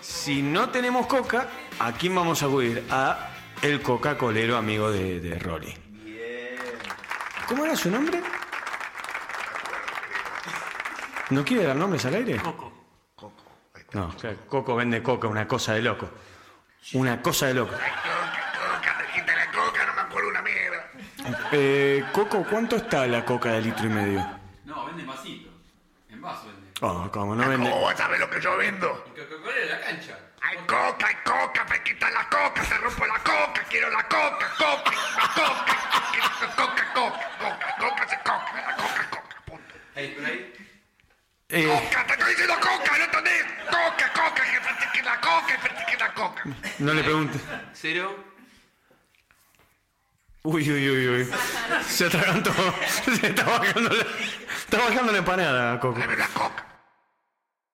si no tenemos coca, ¿a quién vamos a acudir? A el Coca-Colero amigo de, de Rolly. ¿Cómo era su nombre? ¿No quiere dar nombres al aire? Coco. No, o sea, Coco vende coca, una cosa de loco. Una cosa de loco. Coca, quita la coca, no me acuerdo una mierda. Eh, Coco, ¿cuánto está la coca de litro y medio? No, vende en vasito. En vaso vende. Oh, como no vende. Oh, ¿sabes lo que yo vendo? En Coca-Cola en la cancha. Hay coca, hay coca, me quita la coca, se rompo la coca, quiero la coca, coca, la coca, coca, coca, coca, coca, coca, se coca, la coca, coca, punto. Ahí, por ahí. Eh, Coca, te estoy diciendo coca, no entendés. Coca, coca, que practique la coca, que practique la coca. no le pregunte. Cero. Uy, uy, uy, uy. Se atragantó. Se está bajando la, está bajando la empanada, Coco. Dame la coca.